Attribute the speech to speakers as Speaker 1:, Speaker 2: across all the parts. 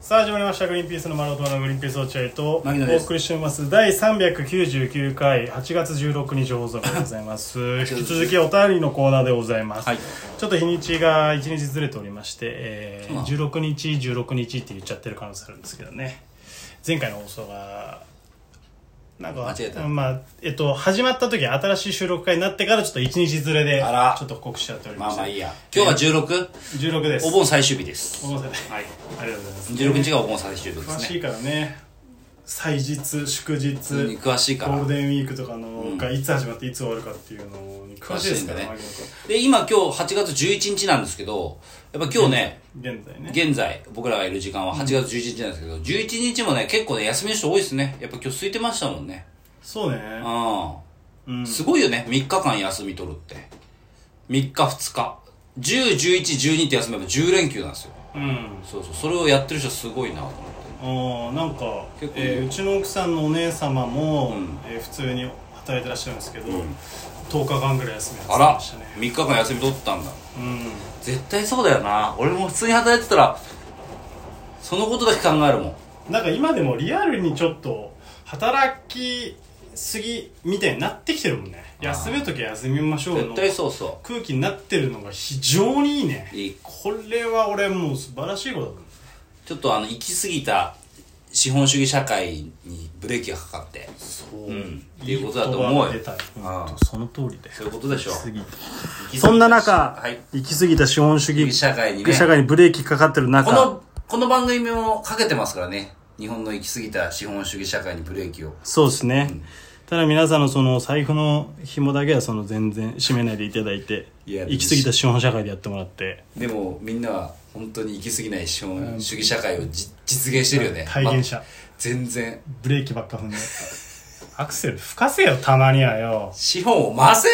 Speaker 1: さあ始まりました「グリーンピースの丸太のグリーンピース落合」と
Speaker 2: 牧野で
Speaker 1: お
Speaker 2: す
Speaker 1: 送りしております第399回8月16日放送でございます引き続きお便りのコーナーでございます、
Speaker 2: はい
Speaker 1: ちょっと日にちが1日ずれておりまして、え
Speaker 2: そうな
Speaker 1: ー、
Speaker 2: の
Speaker 1: 16日16日って言っちゃってる可能性あるんですけどね前回の放送がなんか
Speaker 2: 間違えた
Speaker 1: うんまあえっと始まった時新しい収録会になってからちょっと1日ずれで
Speaker 2: あら
Speaker 1: ちょっと告知しちゃっておりま
Speaker 2: まあ
Speaker 1: し
Speaker 2: ま
Speaker 1: た、
Speaker 2: あいいや。今日は 16?
Speaker 1: 16です
Speaker 2: お盆最終日です。
Speaker 1: ごめんなさい
Speaker 2: はい。
Speaker 1: ありがとうございます
Speaker 2: 16日がお盆最終日で
Speaker 1: 詳
Speaker 2: す
Speaker 1: し
Speaker 2: ね。
Speaker 1: いからね祭日祝日ゴ
Speaker 2: 普通に詳しいから
Speaker 1: ールデンウィークとかの
Speaker 2: ん
Speaker 1: がいつ始まっていつ終わるかっていうのに詳しいですから
Speaker 2: 詳しいんだね
Speaker 1: 牧野
Speaker 2: で、今今日8月11日なんですけど、やっぱ今日ね、
Speaker 1: 君現在ね
Speaker 2: 現在僕らがいる時間は8月11日なんですけど、11日もね、結構ね、休みの人多いですね。やっぱ今日空いてましたもんね。
Speaker 1: そうね
Speaker 2: う
Speaker 1: うん
Speaker 2: ん。すごいよね、3日間休み取るって。3日、2日。10、11、12って休めば10連休なんですよ。
Speaker 1: うん
Speaker 2: そうそう、それをやってる人すごいなと思って。
Speaker 1: ああなんか、
Speaker 2: 結構
Speaker 1: えーうちの奥さんのお姉様も、
Speaker 2: うん
Speaker 1: えー普通に働いてらっしゃるんですけど、
Speaker 2: うん
Speaker 1: 10日間ぐらい休み
Speaker 2: あ
Speaker 1: や
Speaker 2: ら、
Speaker 1: ってましたね
Speaker 2: 3日間休み取ったんだ。
Speaker 1: うん
Speaker 2: 絶対そうだよな俺も普通に働いてたらそのことだけ考えるもん
Speaker 1: なんか今でもリアルにちょっと働きすぎみたいになってきてるもんね
Speaker 2: あー
Speaker 1: 休む時は休みましょうの
Speaker 2: 絶対そうそ
Speaker 1: 空気になってるのが非常にいいね
Speaker 2: ういい
Speaker 1: これは俺もう素晴らしいことだと思
Speaker 2: ちょっとあの行き過ぎた資本主義社会にブレーキがかかって
Speaker 1: うそう、
Speaker 2: うんっていうことだと思うよ
Speaker 1: いい言葉が出た
Speaker 2: ああ
Speaker 1: ほんとその通りで
Speaker 2: そういうことでしょう
Speaker 1: そんな中、
Speaker 2: はい
Speaker 1: 行き過ぎた資本主義
Speaker 2: 社会にね
Speaker 1: 社会にブレーキかかってる中
Speaker 2: このこの番組もかけてますからね日本の行き過ぎた資本主義社会にブレーキを
Speaker 1: そうですね、ただ皆さんのその財布の紐だけはその全然締めないでいただいて
Speaker 2: いや
Speaker 1: 行き過ぎた資本社会でやってもらって
Speaker 2: でもみんなは本当に行き過ぎない資本主義社会をじ実現してるよね
Speaker 1: 体現者、
Speaker 2: ま全然
Speaker 1: ブレーキばっか踏んで アクセル吹かせよたまにはよ
Speaker 2: 資本を回せ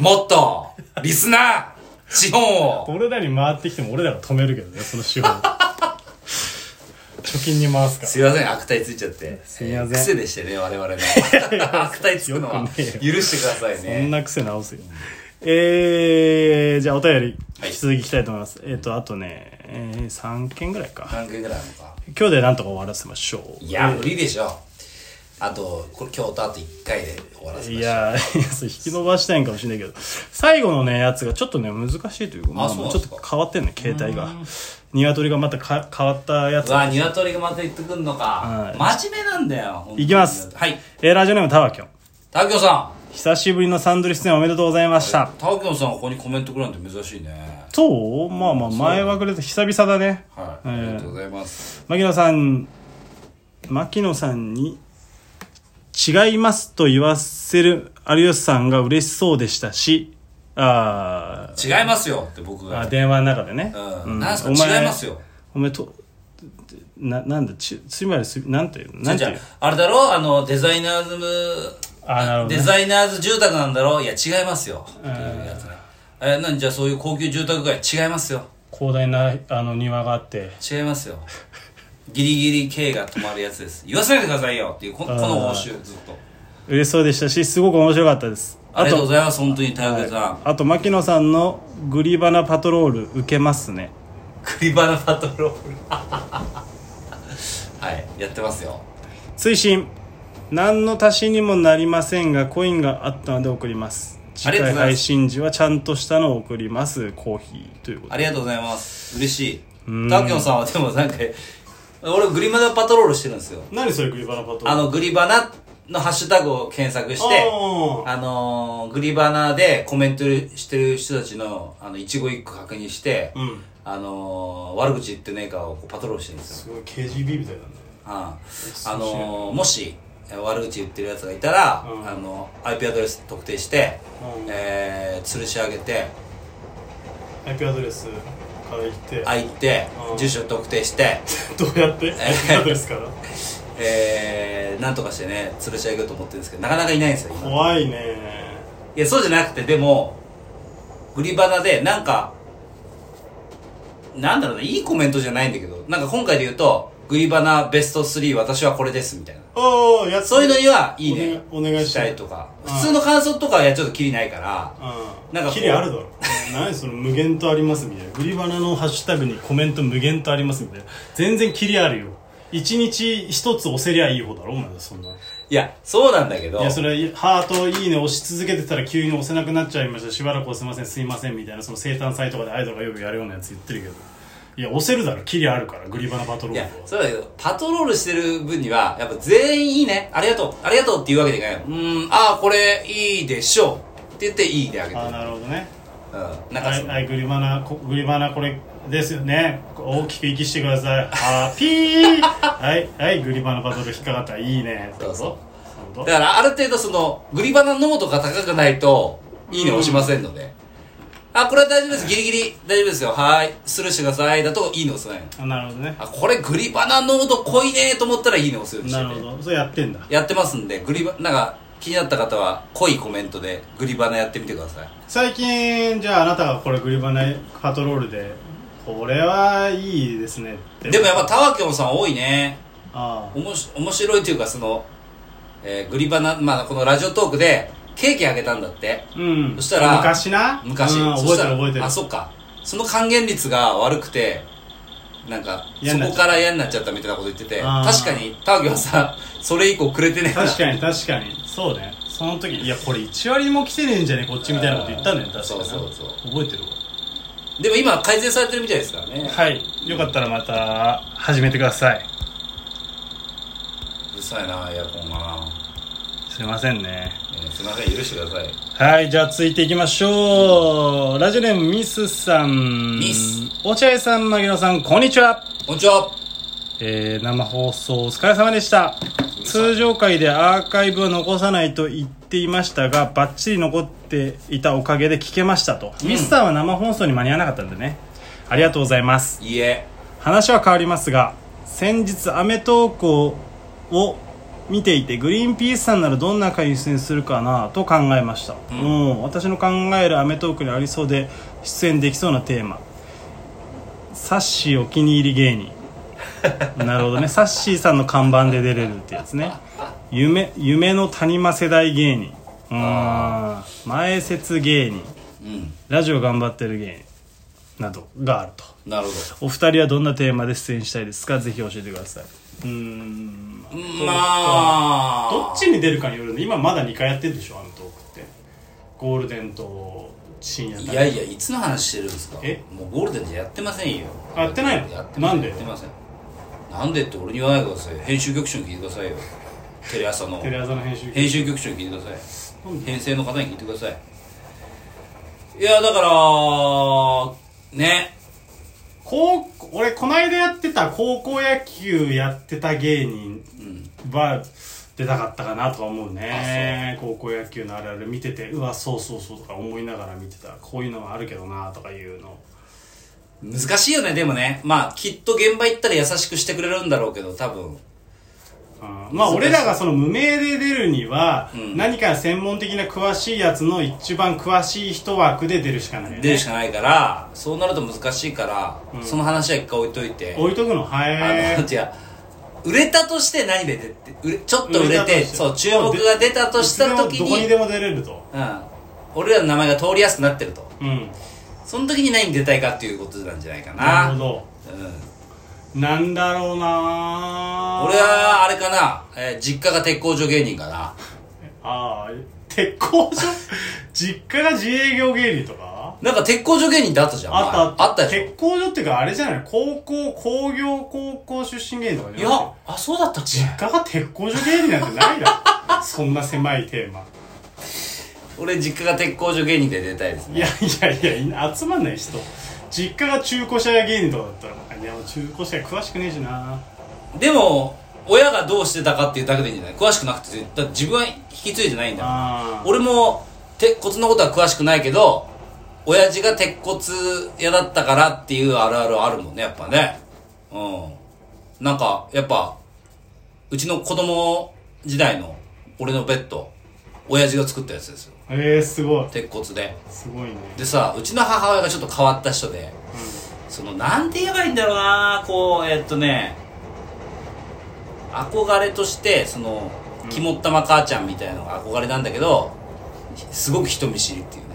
Speaker 2: もっとリスナー資本を
Speaker 1: 俺らに回ってきても俺らが止めるけどねその資 本貯金に回すか
Speaker 2: すいません、悪態ついちゃって。
Speaker 1: すいません
Speaker 2: えー癖でしてね、我 々の。悪態つくのは
Speaker 1: よく
Speaker 2: 許
Speaker 1: ね
Speaker 2: してください
Speaker 1: らそん
Speaker 2: ね。
Speaker 1: な癖直すよえー、じゃあお便り
Speaker 2: はい
Speaker 1: 引き続きいきたいと思います、えっ、とあとね、えー、3件ぐらいか
Speaker 2: 何件ぐらいあるのか。
Speaker 1: 今日でなんとか終わらせましょう
Speaker 2: いや、無理でしょ。あと、これ今日とあと1回で終わら
Speaker 1: い
Speaker 2: せましょう。
Speaker 1: やーそう引き伸ばしたいんかもしれないけど最後のねやつがちょっとね難しいというかまあ
Speaker 2: そうなん
Speaker 1: ちょ
Speaker 2: で
Speaker 1: っ
Speaker 2: すか
Speaker 1: と変わってんね携帯が鶏がまたか変わったやつ
Speaker 2: うわ、鶏がまた言ってくんの
Speaker 1: は
Speaker 2: か
Speaker 1: い。
Speaker 2: 真面目なんだよ。本当に
Speaker 1: いきます
Speaker 2: はい。
Speaker 1: えーラジオネームたわきょん
Speaker 2: タキョさ
Speaker 1: 久しぶりのサンドリ出演おめでとうございました
Speaker 2: ん。タキョさんここにコメントくるなんて珍しいね。
Speaker 1: そうまあまあ前はくれて久々だね
Speaker 2: はい。ありがとうございます。
Speaker 1: 牧野さん牧野さんに違いますと言わせる有吉さんが嬉しそうでしたしあー
Speaker 2: 違いますよって僕
Speaker 1: あ
Speaker 2: が。
Speaker 1: 電話の中でね、
Speaker 2: うん。なんすか
Speaker 1: お前
Speaker 2: 違いますよ。
Speaker 1: お前とななんだちつまりすなんていうのなんて
Speaker 2: じ
Speaker 1: い
Speaker 2: ゃ
Speaker 1: う
Speaker 2: あ、あれだろあの、デザイナーズム、
Speaker 1: あなるほどね
Speaker 2: デザイナーズ住宅なんだろいや、違いますよ。っていうやつね。え、なんじゃあそういう高級住宅街違いますよ。
Speaker 1: 広大なあの庭があって
Speaker 2: 違いますよ。ギリギリ K が止まるやつです。言わせないでくださいよっていう、ここの応酬、ずっと。
Speaker 1: 嬉しそうでしたしすごく面白かったです
Speaker 2: ありがとうご
Speaker 1: い
Speaker 2: ざいます、本当に、田中さん。
Speaker 1: あと牧野さんのグリバナパトロール受けますね
Speaker 2: 栗花パトロール。はい、やってますよ。
Speaker 1: 推進何の足しにもなりませんがコインがあったので送ります
Speaker 2: あ
Speaker 1: 次
Speaker 2: りがと
Speaker 1: 回
Speaker 2: うございます
Speaker 1: 配信時はちゃんとしたのを送りますコーヒーということ
Speaker 2: あ
Speaker 1: で
Speaker 2: りがとうございます。嬉しい。
Speaker 1: うん
Speaker 2: タキョンさんはでもなんか、俺、グリマダパトロールしてるんですよ。
Speaker 1: 何それグリバナパトロール
Speaker 2: あの、グリバナのハッシュタグを検索して、
Speaker 1: あ
Speaker 2: あのー、グリバナでコメントしてる人たちの、あの、一語一句確認して、
Speaker 1: ーうん
Speaker 2: あのー、悪口言ってねえかをこうパトロールしてるんです
Speaker 1: す
Speaker 2: よ。
Speaker 1: ごい KGB みたいなんだ
Speaker 2: うん、あのー、もし、えー悪口言ってる奴がいたら、
Speaker 1: うん
Speaker 2: あの、IP アドレス特定して、
Speaker 1: うん
Speaker 2: えー、吊るし上げて、
Speaker 1: IP アドレスから行って
Speaker 2: 開いて
Speaker 1: う、ん
Speaker 2: 住所特定して、
Speaker 1: どうやって IP アドレスから
Speaker 2: えー、なんとかしてね、吊るし上げようと思ってるんですけど、なかなかいないんですよ、今。
Speaker 1: 怖いね
Speaker 2: いや、そうじゃなくて、でも、グリバナで、なんか、なんだろうね、いいコメントじゃないんだけど、なんか今回で言うと、グリバナベスト3、私はこれです、みたいな。
Speaker 1: おおやつ
Speaker 2: そういうのには、いいね。
Speaker 1: お願いお願いし
Speaker 2: したた
Speaker 1: い
Speaker 2: りとか。
Speaker 1: うん
Speaker 2: 普通の感想とかは、いや、ちょっとキリないから、
Speaker 1: う
Speaker 2: なん
Speaker 1: ん
Speaker 2: かこ
Speaker 1: キ
Speaker 2: う
Speaker 1: リあるだろ何その無限とありますみたいなグリバナのハッシュタグにコメント無限とありますみたいな全然キリあるよ一日一つ押せりゃいい方だろお前そんない
Speaker 2: いや、そうなんだけど、
Speaker 1: やそれハートいいね押し続けてたら急に押せなくなっちゃいましたしばらく押せませんすいませんみたいなその生誕祭とかでアイドルがよくやるようなやつ言ってるけどいや押せるだろキリあるからグリバナバトロー
Speaker 2: い
Speaker 1: ル
Speaker 2: や
Speaker 1: は、
Speaker 2: そうだけど、パトロールしてる分には、やっぱ全員いいね、ありがとう、ありがとうって言うわけにいかないの。うーん、ああ、これいいでしょう。って言っていいであげてる
Speaker 1: あ。あなるほどね
Speaker 2: うん。なんか
Speaker 1: は
Speaker 2: そ
Speaker 1: い、
Speaker 2: の、
Speaker 1: はい、グリバナこグリバナこれですよね大きく息してくださいあーピー はいはいグリバナバトル引っかかったいいね
Speaker 2: そうそう
Speaker 1: なるほど
Speaker 2: だからある程度その、グリバナ濃度が高くないと、いいね押しませんので。あ、これは大丈夫です。ギリギリ。大丈夫ですよ。はーい。スルーしてください。だと、いいね押さないの。
Speaker 1: あなるほどね
Speaker 2: あ、これグリバナ濃度濃いねーと思ったらいいね押すようにして
Speaker 1: な
Speaker 2: て
Speaker 1: るほどそれやってんだ
Speaker 2: やってますんで、グリバ、なんか、気になった方は、濃いコメントで、グリバナやってみてください。
Speaker 1: 最近じゃああなたがこれグリバナパトロールでこれはいいですねって
Speaker 2: でもやっぱ、タワキョンさん多いね。
Speaker 1: あ
Speaker 2: おもし、面白いというか、その、えーグリバナ、まあ、このラジオトークで、ケーキあげたんだって。
Speaker 1: あうん
Speaker 2: そしたら
Speaker 1: 昔な
Speaker 2: 昔。
Speaker 1: うん
Speaker 2: そ
Speaker 1: 覚え
Speaker 2: してた
Speaker 1: る
Speaker 2: ら
Speaker 1: 覚えてる
Speaker 2: あ、そっか。その還元率が悪くて、なんか、
Speaker 1: 嫌
Speaker 2: そ
Speaker 1: になっちゃう
Speaker 2: こから嫌になっちゃったみたいなこと言ってて、
Speaker 1: あー
Speaker 2: 確かに、タワキョンさん、それ以降くれてねえな。
Speaker 1: 確かに確かにそうねその時いやこれ1割も来てねえんじゃねえこっちみたいなこと言ったんだよ確かに
Speaker 2: そうそうそう
Speaker 1: 覚えてるわ
Speaker 2: でも今、改善されてるみたいですからね。
Speaker 1: はいよかったらまた始めてくださいう
Speaker 2: るさいな、エアコンがな。
Speaker 1: すいませんね
Speaker 2: えーすいません、許してください。
Speaker 1: はいじゃあ続いていきましょうラジオネームミスさん
Speaker 2: ミス
Speaker 1: 落合さん牧野さんこんにちは
Speaker 2: こんにちは。
Speaker 1: えー生放送お疲れ様でした通常回でアーカイブを残さないと言っていましたがバッチリ残っていたおかげで聞けましたと、ミスさんは生放送に間に合わなかったんでねありがとうございます
Speaker 2: いいえ。
Speaker 1: 話は変わりますが先日『アメトーク』を見ていてグリーンピースさんならどんな回に出演するかなと考えました、うんん、私の考える『アメトーク』にありそうで出演できそうなテーマサッシーお気に入り芸人 なるほどねサッシーさんの看板で出れるってやつね夢夢の谷間世代芸人うん前説芸人
Speaker 2: うん。
Speaker 1: ラジオ頑張ってる芸人などがあると
Speaker 2: なるほ
Speaker 1: お二人はどんなテーマで出演したいですかぜひ教えてくださいうーん
Speaker 2: ど。まあ。
Speaker 1: どっちに出るかによるんで今まだ2回やってるでしょあのトークってゴールデンと深夜帯
Speaker 2: いやいや、いつの話してるんですか
Speaker 1: え
Speaker 2: もうゴールデンじゃやってませんよ。
Speaker 1: やってないの
Speaker 2: やってませ
Speaker 1: なんで
Speaker 2: やってません。なんでって俺に言わないでください。編集局長に聞いてくださいよ。テレ朝の。
Speaker 1: テレ朝の編集
Speaker 2: 編集局長に聞いてくださ
Speaker 1: なん
Speaker 2: い。
Speaker 1: で
Speaker 2: 編成の方に聞いてください。いや、だから、ね。
Speaker 1: 高校俺こないだやってた高校野球やってた芸人は出たかったかなとは思うね高校野球のあれあれ見ててうわそうそうそうとか思いながら見てたこういうのはあるけどなとかいうの
Speaker 2: 難しいよね、でもね。まあ、きっと現場行ったら優しくしてくれるんだろうけど、多分。
Speaker 1: うんまあ俺らがその無名で出るには、
Speaker 2: ん
Speaker 1: 何か専門的な詳しいやつの一番詳しい一枠で出るしかないよ
Speaker 2: 出る
Speaker 1: ね
Speaker 2: しかないから、そうなると難しいから、その話は一回置いといて。
Speaker 1: 置いとくのは
Speaker 2: あの
Speaker 1: え
Speaker 2: 違う売れたとして何で出て売れちょっと売れ
Speaker 1: 売れた
Speaker 2: て
Speaker 1: として
Speaker 2: そう注目が出たとした
Speaker 1: いつ
Speaker 2: 時
Speaker 1: でもどこに
Speaker 2: に
Speaker 1: でも出れると
Speaker 2: うん、俺らの名前が通りやすくなってると
Speaker 1: うん
Speaker 2: その時に何に出たいかっていうことなんじゃないかな
Speaker 1: なるほど
Speaker 2: うん、
Speaker 1: なんだろうな
Speaker 2: 俺はあれかな、えー実家が鉄工所芸人かな
Speaker 1: ああ鉄工 所実家が自営業芸人とか
Speaker 2: なんか鉄工所芸人ってあったじゃん
Speaker 1: あったあった
Speaker 2: あったでしょ
Speaker 1: 鉄工所っていうかあれじゃない高校工業高校出身芸人とか
Speaker 2: い
Speaker 1: じゃなくて
Speaker 2: やあそうだったっけ
Speaker 1: 実家が鉄工所芸人なんてないだろそんな狭いテーマ
Speaker 2: 俺実家が鉄工所芸人で出たいです
Speaker 1: い
Speaker 2: ね
Speaker 1: やいやいや集まんない人実家が中古車屋芸人とかだったらいやもう中古車屋詳しくねえしな
Speaker 2: でも親がどうしてたかっていうだけでいいんじゃない詳しくなくてだって自分は引き継いでないんだもん
Speaker 1: あ
Speaker 2: 俺も鉄骨のことは詳しくないけど親父が鉄骨屋だったからっていうあるあるあるもんねやっぱねうんなんかやっぱうちの子供時代の俺のベッド親父が作ったやつですよ
Speaker 1: えー、すごい
Speaker 2: 鉄骨です
Speaker 1: ごいね
Speaker 2: でさうちの母親がちょっと変わった人でそのなんて言えばいいんだろうなこうえっとね憧れとしてその肝っ玉母ちゃんみたいなのが憧れなんだけどひすごく人見知りっていう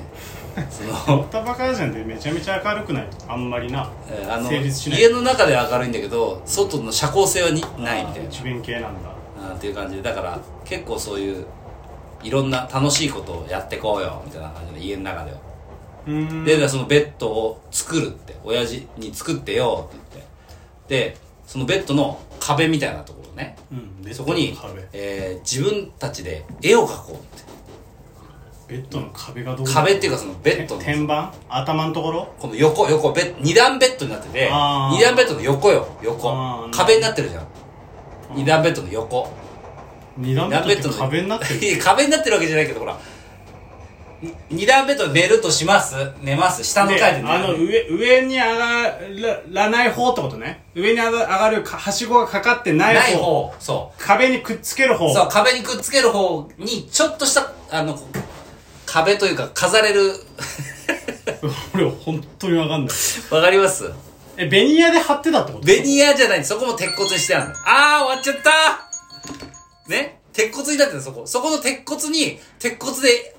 Speaker 2: ねそ の
Speaker 1: タバカじゃんってめちゃめちゃ明るくないあんまりな
Speaker 2: えーあの
Speaker 1: 成立しない
Speaker 2: 家の中では明るいんだけど外の社交性はにないみたいな
Speaker 1: 一面系なんだ
Speaker 2: あーっていう感じでだから結構そういういろんな楽しいことをやってこうよみたいな感じで家の中では、
Speaker 1: うーん
Speaker 2: でだからそのベッドを作るって親父に作ってよって言ってでそのベッドの壁みたいなところね
Speaker 1: うんベッドの
Speaker 2: そこに
Speaker 1: 壁、
Speaker 2: えー自分たちで絵を描こうって
Speaker 1: ベッドの壁がどう
Speaker 2: 壁っていうかそのベッドの
Speaker 1: 天板頭のところ
Speaker 2: この横横ベッ二段ベッドになってて
Speaker 1: あー
Speaker 2: 二段ベッドの横よ横
Speaker 1: あー
Speaker 2: 壁になってるじゃん二段ベッドの横
Speaker 1: 二段
Speaker 2: 二
Speaker 1: ベ
Speaker 2: 段ベッ
Speaker 1: ッ
Speaker 2: ド
Speaker 1: ドっ
Speaker 2: の
Speaker 1: て壁になってる
Speaker 2: いや 壁になってるわけじゃないけどほらに二段ベッドで寝るとします寝ます下の
Speaker 1: で
Speaker 2: 階で寝
Speaker 1: あの
Speaker 2: る
Speaker 1: 上上に上がらない方ってことね上に上が上がるかはしごがかかってない方
Speaker 2: ない方そ
Speaker 1: 壁にくっつける
Speaker 2: う
Speaker 1: 方
Speaker 2: そう壁にくっつける方にちょっとしたあのこう壁というか飾れる
Speaker 1: 俺本当にわかんない
Speaker 2: わかります
Speaker 1: えベニヤで貼ってたってこと
Speaker 2: ベニヤじゃないそこも鉄骨にしてあるのあー終わっちゃったね鉄骨になってるそこそこの鉄骨に鉄骨で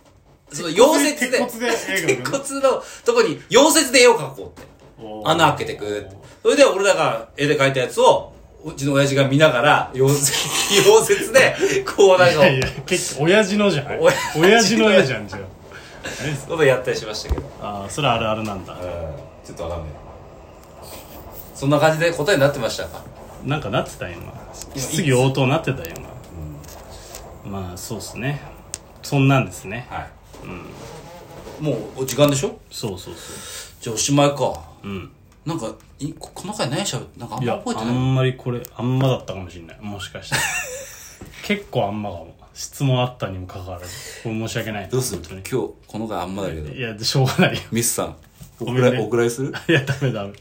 Speaker 2: その溶接で
Speaker 1: 鉄骨で絵が描
Speaker 2: 鉄
Speaker 1: くの
Speaker 2: 骨のとこに溶接で絵を描こうって
Speaker 1: おー
Speaker 2: 穴開けてくって。それで俺らが絵で描いたやつを、うちの親父が見ながら、溶接、 溶接で、こうなん
Speaker 1: い
Speaker 2: か
Speaker 1: や、いや結構親父のじゃない
Speaker 2: 親
Speaker 1: 親父の絵じゃんじゃ
Speaker 2: ことやったりしましたけど。うん。
Speaker 1: ああーそれあるあるなんだ
Speaker 2: ちょっとわかんない。そんな感じで答えになってましたか
Speaker 1: なんかなってたよ今質疑応答なってたよ今まあそうっすねそんなんですね
Speaker 2: はい。もう、お時間でしょ
Speaker 1: そうそうそ
Speaker 2: じゃあおしまいか。
Speaker 1: ううん
Speaker 2: なんか、いここの回何しゃべなんかあん
Speaker 1: い
Speaker 2: ま
Speaker 1: や
Speaker 2: 覚えて
Speaker 1: あ
Speaker 2: ない。
Speaker 1: んまりこれあんまだったかもしれないもし かして結構あんまかも質問あったにもかかわらずこれ申し訳ない
Speaker 2: どうする
Speaker 1: 本当
Speaker 2: 今日、この回あんまだけど
Speaker 1: に。いやしょうがないよ
Speaker 2: ミスさん、お
Speaker 1: ごめんね
Speaker 2: 蔵入りする
Speaker 1: いやダメダメ